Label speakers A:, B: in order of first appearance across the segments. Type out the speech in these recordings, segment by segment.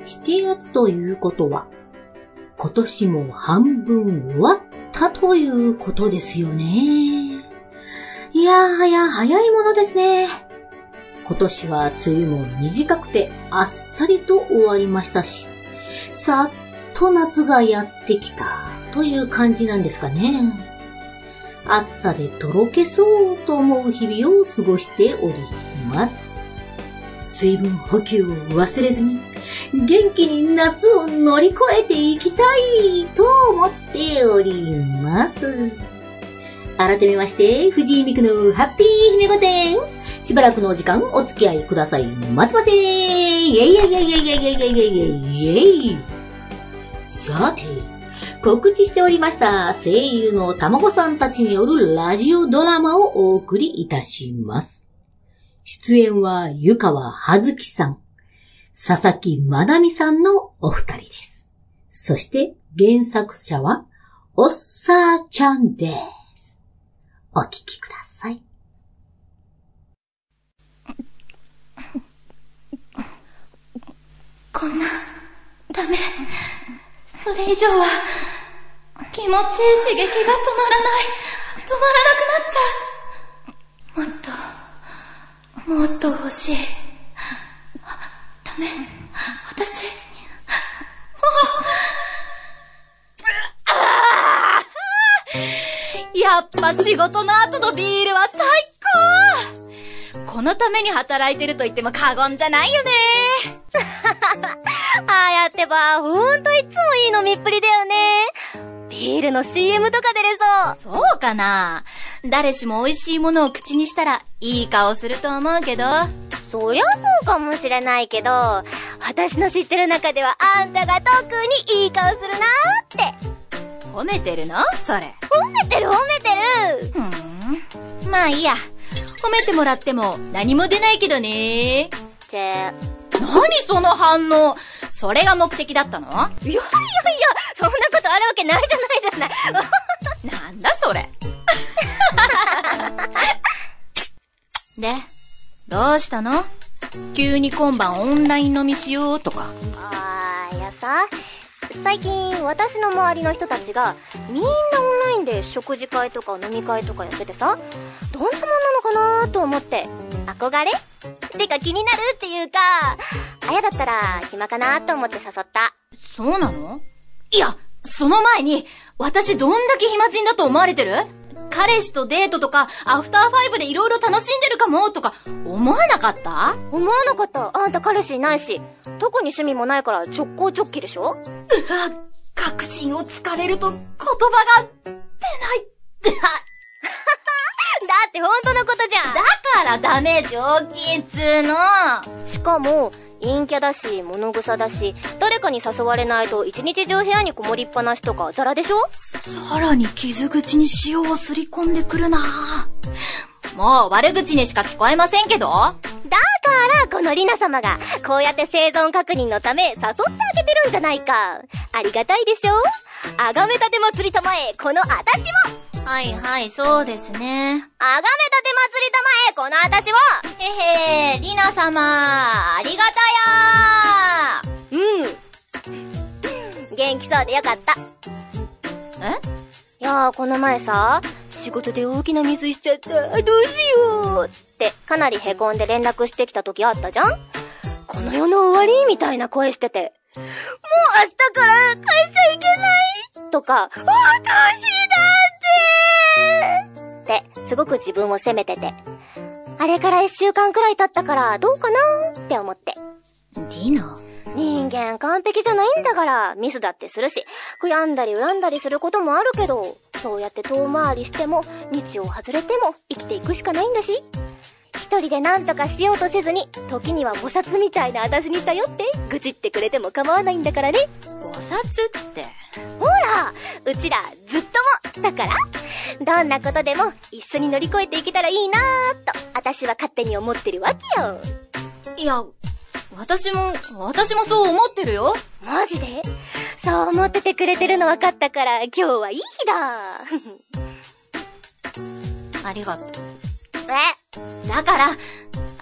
A: 月ということは、今年も半分終わったということですよね。いやはや早いものですね。今年は梅雨も短くてあっさりと終わりましたし、さっと夏がやってきたという感じなんですかね。暑さでとろけそうと思う日々を過ごしております。水分補給を忘れずに、元気に夏を乗り越えていきたいと思っております。改めまして、藤井美久のハッピー姫御殿しばらくのお時間お付き合いくださいませませイェイイェイイェイイェイイェイイェイイェイイェイさて、告知しておりました声優のたまごさんたちによるラジオドラマをお送りいたします。出演は湯川はずきさん、佐々木まなみさんのお二人です。そして原作者はおっさーちゃんです。お聞きください。
B: こんな、ダメ。それ以上は、気持ちいい刺激が止まらない。止まらなくなっちゃう。もっと、もっと欲しい。ダメ。私、もう、
C: やっぱ仕事の後のビールは最高このために働いてると言っても過言じゃないよね
D: ああやってば、ほんといつもいい飲みっぷりだよね。ビールの CM とか出れ
C: そう。そうかな誰しも美味しいものを口にしたら、いい顔すると思うけど。
D: そりゃそうかもしれないけど、私の知ってる中ではあんたが特にいい顔するなーって。
C: 褒めてるのそれ。
D: 褒めてる褒めて
C: るふん。まあいいや。褒めてもらっても何も出ないけどね
D: って。
C: 何その反応それが目的だったのいや
D: いやいや、そんなことあるわけないじゃないじゃな
C: な
D: い。
C: んだそれ。 で、どうしたの急に今晩オンライン飲みしようとか。
D: ああ、いやさ、最近私の周りの人たちがみんなオンラインで食事会とか飲み会とかやっててさ、どんなもんなのかなと思って、憧れてか気になるっていうか、あやだったら暇かなと思って誘った。
C: そうなのいや、その前に、私どんだけ暇人だと思われてる彼氏とデートとか、アフターファイブで色々楽しんでるかもとか、思わなかった
D: 思わなかった。あんた彼氏いないし、特に趣味もないから直行直帰でしょうわ、
C: 確信をつかれると言葉が出ない。
D: だって本当のことじゃん。
C: だからダメージ大きいっつーの。
D: しかも、陰キャだし、物臭だし、誰かに誘われないと一日中部屋にこもりっぱなしとかザラでしょ、
C: さらに傷口に塩をすり込んでくるなもう悪口にしか聞こえませんけどだから
D: このリナ様が、こうやって生存確認のため誘ってあげてるんじゃないか。ありがたいでしょあがめたて祭りたまえ、このあたしも
C: はいはい、そうですね。
D: あがめたて祭りたまえ、このあたし
C: をへへー、りな様、ありが
D: たやうん。元気そうでよかった。
C: え
D: いやー、この前さ、仕事で大きなミスしちゃった。どうしようって、かなり凹んで連絡してきた時あったじゃんこの世の終わりみたいな声してて。もう明日から会社行けないとか、お年だってって、すごく自分を責めてて。あれから一週間くらい経ったからどうかなって思って。
C: リナ
D: 人間完璧じゃないんだから、ミスだってするし、悔やんだり恨んだりすることもあるけど、そうやって遠回りしても、道を外れても生きていくしかないんだし。一人で何とかしようとせずに、時には菩薩みたいな私に頼って、愚痴ってくれても構わないんだからね。
C: 菩薩って。
D: ほら、うちらずっとも、だから、どんなことでも一緒に乗り越えていけたらいいなーと、私は勝手に思ってるわけよ。
C: いや、私も、私もそう思ってるよ。
D: マジでそう思っててくれてるの分かったから、今日はいい日
C: だ。ありがとう。
D: え
C: だから、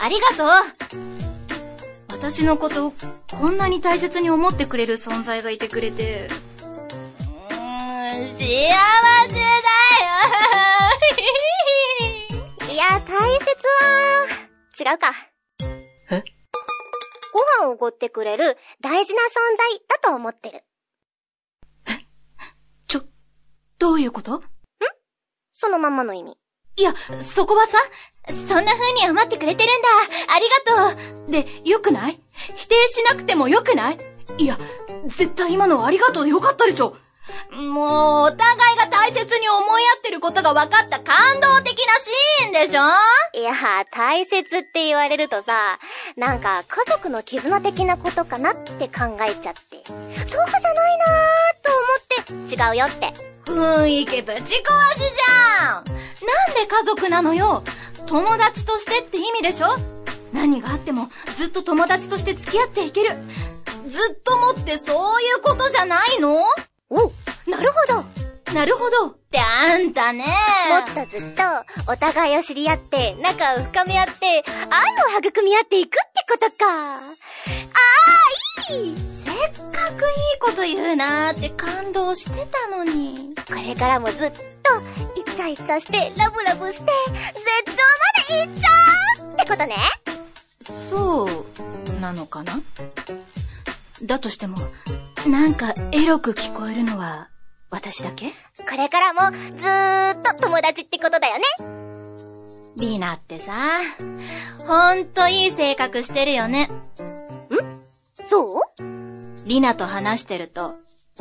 C: ありがとう。私のことこんなに大切に思ってくれる存在がいてくれて、うーん、幸せだよ
D: いや、大切は、違うか。
C: え
D: ご飯をおごってくれる大事な存在だと思ってる。
C: ちょ、どういうこと
D: そのまんまの意味。
C: いや、そこはさ、そんな風に余ってくれてるんだ。ありがとう。で、よくない否定しなくてもよくないいや、絶対今のはありがとうでよかったでしょ。もう、お互いが大切に思い合ってることが分かった感動的なシーンでしょ
D: いや、大切って言われるとさ、なんか家族の絆的なことかなって考えちゃって。そうじゃないなーと思って、違うよって。
C: 雰囲気ぶち壊しじゃんなんで家族なのよ友達としてって意味でしょ何があってもずっと友達として付き合っていける。ずっともってそういうことじゃないの
D: おなるほど。も
C: なるほど。ってあんたね。
D: っとずっと、お互いを知り合って、仲を深め合って、愛を育み合っていくってことか。あー、いい
C: せっかくいいこと言うなーって感動してたのに。
D: これからもずっと、イチャイチャして、ラブラブして、絶頂までいっちゃうってことね。
C: そう、なのかなだとしても、なんかエロく聞こえるのは、私だけ
D: これからも、ずーっと友達ってことだよね。
C: リーナってさ、ほんといい性格してるよね。
D: そう
C: リナと話してると、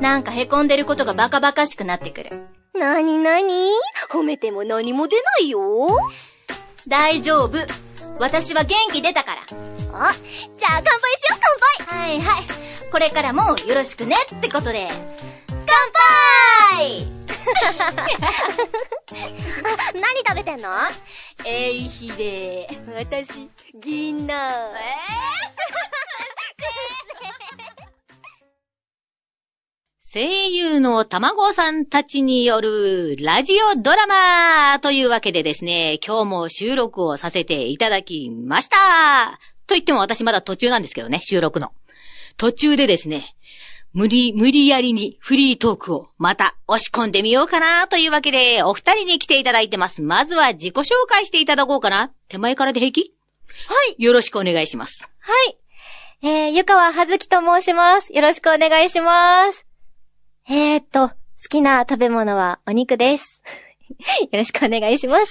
C: なんか凹んでることがバカバカしくなってくる。
D: なになに褒めても何も出ないよ。
C: 大丈夫。私は元気出たから。
D: あ、じゃあ乾杯しよう、乾杯
C: はいはい。これからもよろしくねってことで、乾杯
D: あ、何食べてんの
C: えいひで
D: 私、銀杏。
A: 声優の卵さんたちによるラジオドラマというわけでですね、今日も収録をさせていただきましたと言っても私まだ途中なんですけどね、収録の。途中でですね、無理、無理やりにフリートークをまた押し込んでみようかなというわけで、お二人に来ていただいてます。まずは自己紹介していただこうかな。手前からで平気はい。よろしくお願いします。
B: はい。えー、ゆかわはずきと申します。よろしくお願いします。えーっと、好きな食べ物はお肉です。 よろしくお願いします。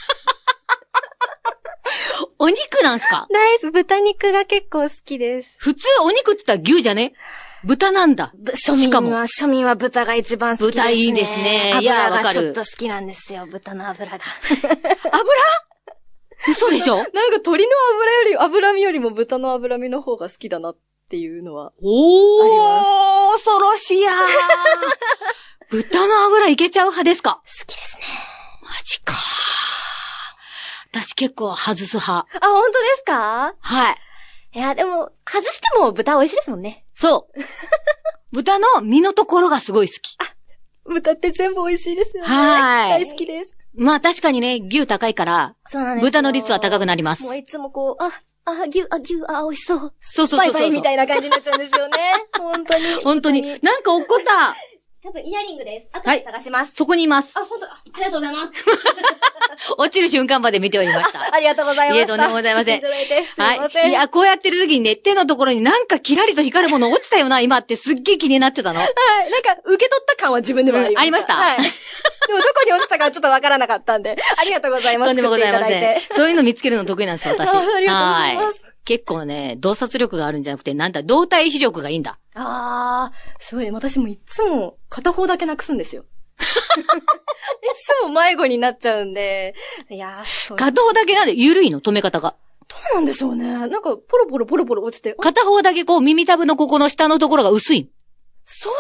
A: お肉なんすか
B: ナイス、豚肉が結構好きです。
A: 普通お肉って言ったら牛じゃね豚なんだ。
E: 庶
A: し
E: 民
A: かも
E: は、庶民は豚が一番好きです、ね。
A: 豚いいですねいや
E: 油
A: わか
E: が
A: る
E: ちょっと好きなんですよ、豚の油が。
A: 嘘でしょ
F: なんか鳥の油より、脂身よりも豚の脂身の方が好きだなっていうのは。
A: おー、恐ろしいやー 豚の油いけちゃう派ですか
E: 好きですね。
A: マジかー。私結構外す派。
F: あ、本当ですか
A: はい。
F: いや、でも、外しても豚美味しいですもんね。
A: そう。豚の身のところがすごい好き。
F: 豚って全部美味しいですよね。
A: はーい
F: 大好きです。
A: まあ確かにね、牛高いから、
F: そうなん
A: 豚の率は高くなります
F: も。ういつもこう、あ、あ、牛、あ、牛、あ、美味しそう。
A: そうそうそうそう。
F: バイバイみたいな感じになっちゃうんですよね。 本当に。
A: 本当に。なんか怒った。
B: 多分イヤリングです。後
A: はい
B: で探します。
A: そこにいます。
B: あ、ほんと、ありがとうございます。
A: 落ちる瞬間まで見ておりました。
F: ありがとうございました。
A: いえとんでもございません
F: 来ていただいてすいません。
A: はい。いや、こうやってる時にね、手のところになんかキラリと光るもの落ちたよな、今ってすっげえ気になってたの。
F: はい。なんか、受け取った感は自分でもありました。
A: うんありま
F: はい。でも、どこに落ちたかはちょっとわからなかったんで、 ありがとうございます。
A: とんでもございま
F: 作って
A: せん
F: ただいて。。
A: そういうの見つけるの得意なんです、私。
F: あありがとうございます
A: はーい。結構ね、洞察力があるんじゃなくて、なんだ、動体視力がいいんだ。
F: あー、すごい。私もいつも片方だけなくすんですよ。いつも迷子になっちゃうんで。いやー、そう。ど
A: 片方だけなんで、緩いの、止め方が。
F: うなんでしょうね。なんか、ポロポロポロポロ落ちて、あ
A: 片方だけこう、耳たぶのここの下のところが薄い。
F: そう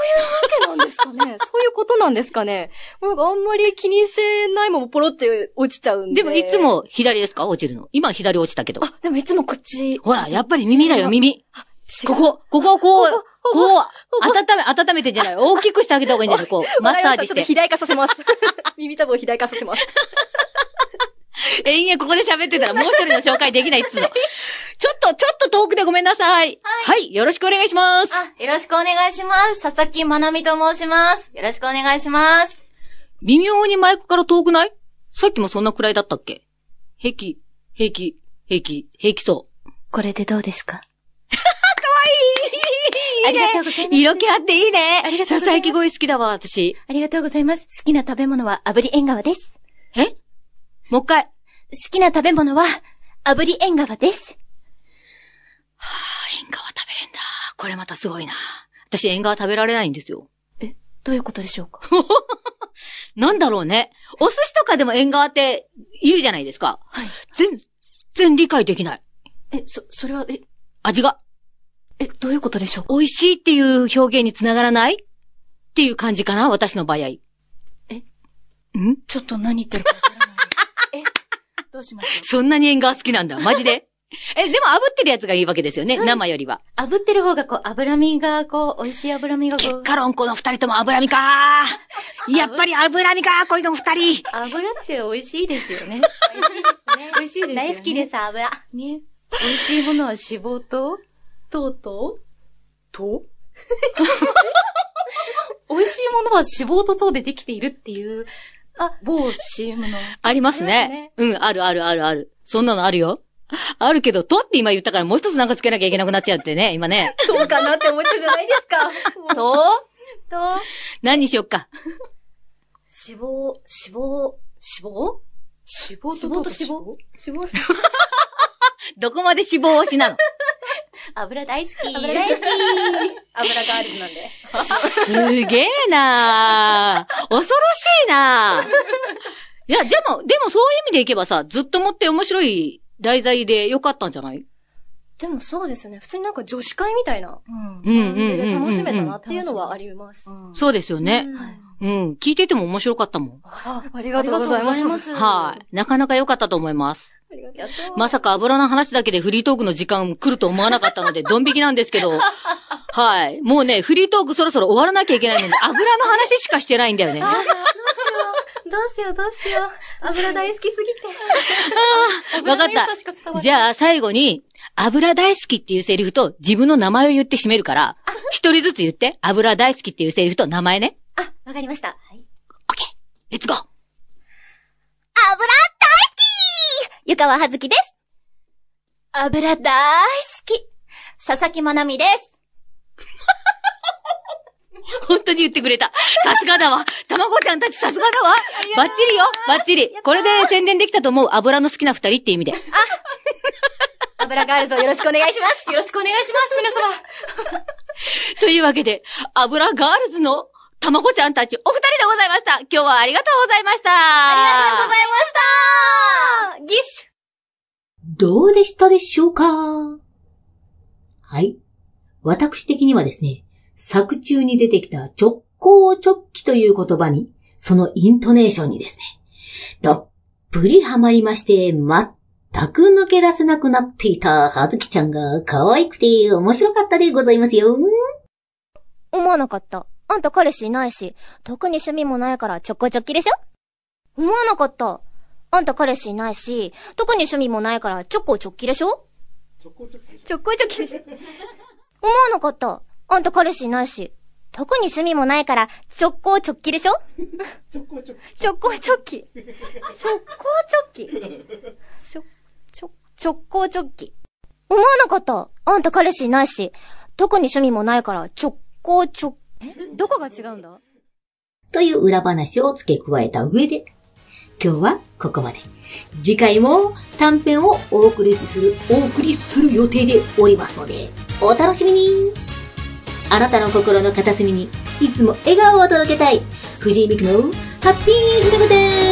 F: いうわけなんですか ね。そういうことなんですかね。なんか、あんまり気にしてないままポロって落ちちゃうんで。
A: でも、いつ。も左ですか落ちるの。今左落ちたけど。
F: あ、でもいつもこっち。
A: ほら、やっぱり耳だよ、耳。
F: 違う
A: ここ、ここをこう、こう、
F: ここ
A: 温め、温めてじゃない。大きくしてあげた方がいいんじゃないこう、マッサージし
F: わかりまたちょっと
A: て
F: 肥。大化させます。耳たぶを肥大化させます。
A: 延々ここで喋ってたらもう一人の紹介できないっ つうの。ちょっと、ちょっと遠くでごめんなさい。はい。よろしくお願いします。
C: あ、よろしくお願いします。佐々木まなみと申します。よろしくお願いします。
A: 微妙にマイクから遠くないさっきもそんなくらいだったっけ平気、平気、平気、平気そう。
B: これでどうですかかわいいありがとうございます。
A: 色気あっていいね。
B: ありがとうございます
A: ささやき声好きだわ、私。
B: ありがとうございます。好きな食べ物は炙り縁側です。
A: えもう一回。あ
B: 好きな食べ物は炙り縁側です。
A: 縁側食べれんだ。これまたすごいな。私縁側食べられないんですよ。
B: どういうことでしょうか
A: なんだろうね。お寿司とかでも縁側って言うじゃないですか。
B: はい。
A: 全然理解できない。
B: え、そ、それは、え、
A: 味が
B: え、どういうことでしょう
A: 美味しいっていう表現につながらないっていう感じかな、私の場合。えん
B: ちょっと何言ってるかわからないです。え、どうしましょ
A: そんなに縁側好きなんだ。マジで え、でも炙ってるやつがいいわけですよね。
B: そうです
A: 生よりは。
B: う炙ってる方がこう、脂身がこう、美味しい脂身がこ
A: 結
B: う、
A: 果論この二人とも脂身かやっぱり脂身かこいの二人
G: 油って美味しいですよね。美味しいですね。。
B: 大好きですす、油。
G: ね。美味しいものは脂肪と、糖と、糖美味しいものは脂肪と糖でできているっていう、あ、某 CM の。
A: あります
G: あり
A: ね。うん、あるあるあるある。そんなのあるよ。あるけど、とって今言ったからもう一つなんかつけなきゃいけなくなっちゃってね、今ね。
G: そうかなって思っちゃうじゃないですか。と、
B: と、
A: 何にしよっか。
B: 脂肪、脂肪、脂肪
G: 脂肪と糖と脂肪脂肪
A: どこまで脂肪推しなの
G: 油大好き。
B: 油大好き
G: 油ガールズなんで。
A: すげえなー恐ろしいなーいや、でも、でもそういう意味でいけばさ、ずっと持って面白い題材でよかったんじゃない
F: でもそうですね。普通になんか女子会みたいな
A: うんうん
F: 感
A: うん
F: じ
A: うんう
F: で
A: ん。
F: 楽しめたなっていうのはあります。
A: そうですよね。
F: はい
A: うん。聞いてても面白かったもん。
F: あありがとうございます。
G: す
A: はい。なかなか良かったと思います。
G: やっと。
A: まさか油の話だけでフリートークの時間来ると思わなかったの で、ドン引きなんですけど。はい。もうね、フリートークそろそろ終わらなきゃいけないのに、油の話しかしてないんだよね。
G: どうしよう、どうしよう。油大好きすぎて。
A: わかったじゃあ最後に、油大好きっていうセリフと自分の名前を言って締めるから、一人ずつ言って、油大好きっていうセリフと名前ね。
G: あ、わかりました。
A: レッツゴー
B: ゆかわはずきです。
C: 油大好き。佐々木まなみです。
A: 本当に言ってくれた。さすがだわ。たまごちゃんたちさすがだわ。バッチリよ。バッチリ。これで宣伝できたと思う油の好きな二人って意味で。
C: 油ガールズをよろしくお願いします。よろしくお願いします、皆様。
A: というわけで、油ガールズのたまごちゃんたちお二人でございました。今日はありがとうございました。ありがとうございました。
H: どうでしたでしょうかはい。私的にはですね、作中に出てきた直行直帰という言葉に、そのイントネーションにですね、どっぷりハマりまして、全く抜け出せなくなっていたはずきちゃんが可愛くて面白かったでございますよ。
D: 思わなかった。あんた彼氏いないし、特に趣味もないからちょこちょきでしょ思わなかった。あんた彼氏いないし、特に趣味もないからちょこちょきでしょ
G: ちょっこいちょっきでし ょ。
D: 思わなかった。あんた彼氏いないし、特に趣味もないからちょこちょきでしょ
G: ちょっこいちょっき。ちょっこいちょっき。ちょ、ちょ、ちょっこいちょっき。
D: 思わなかった。あんた彼氏いないし、特に趣味もないからちょこちょ
G: どこが違うんだ
H: という裏話を付け加えた上で、今日はここまで。次回も短編をお送りする、お送りする予定でおりますので、お楽しみにあなたの心の片隅に、いつも笑顔を届けたい、藤井美久のハッピーフルムです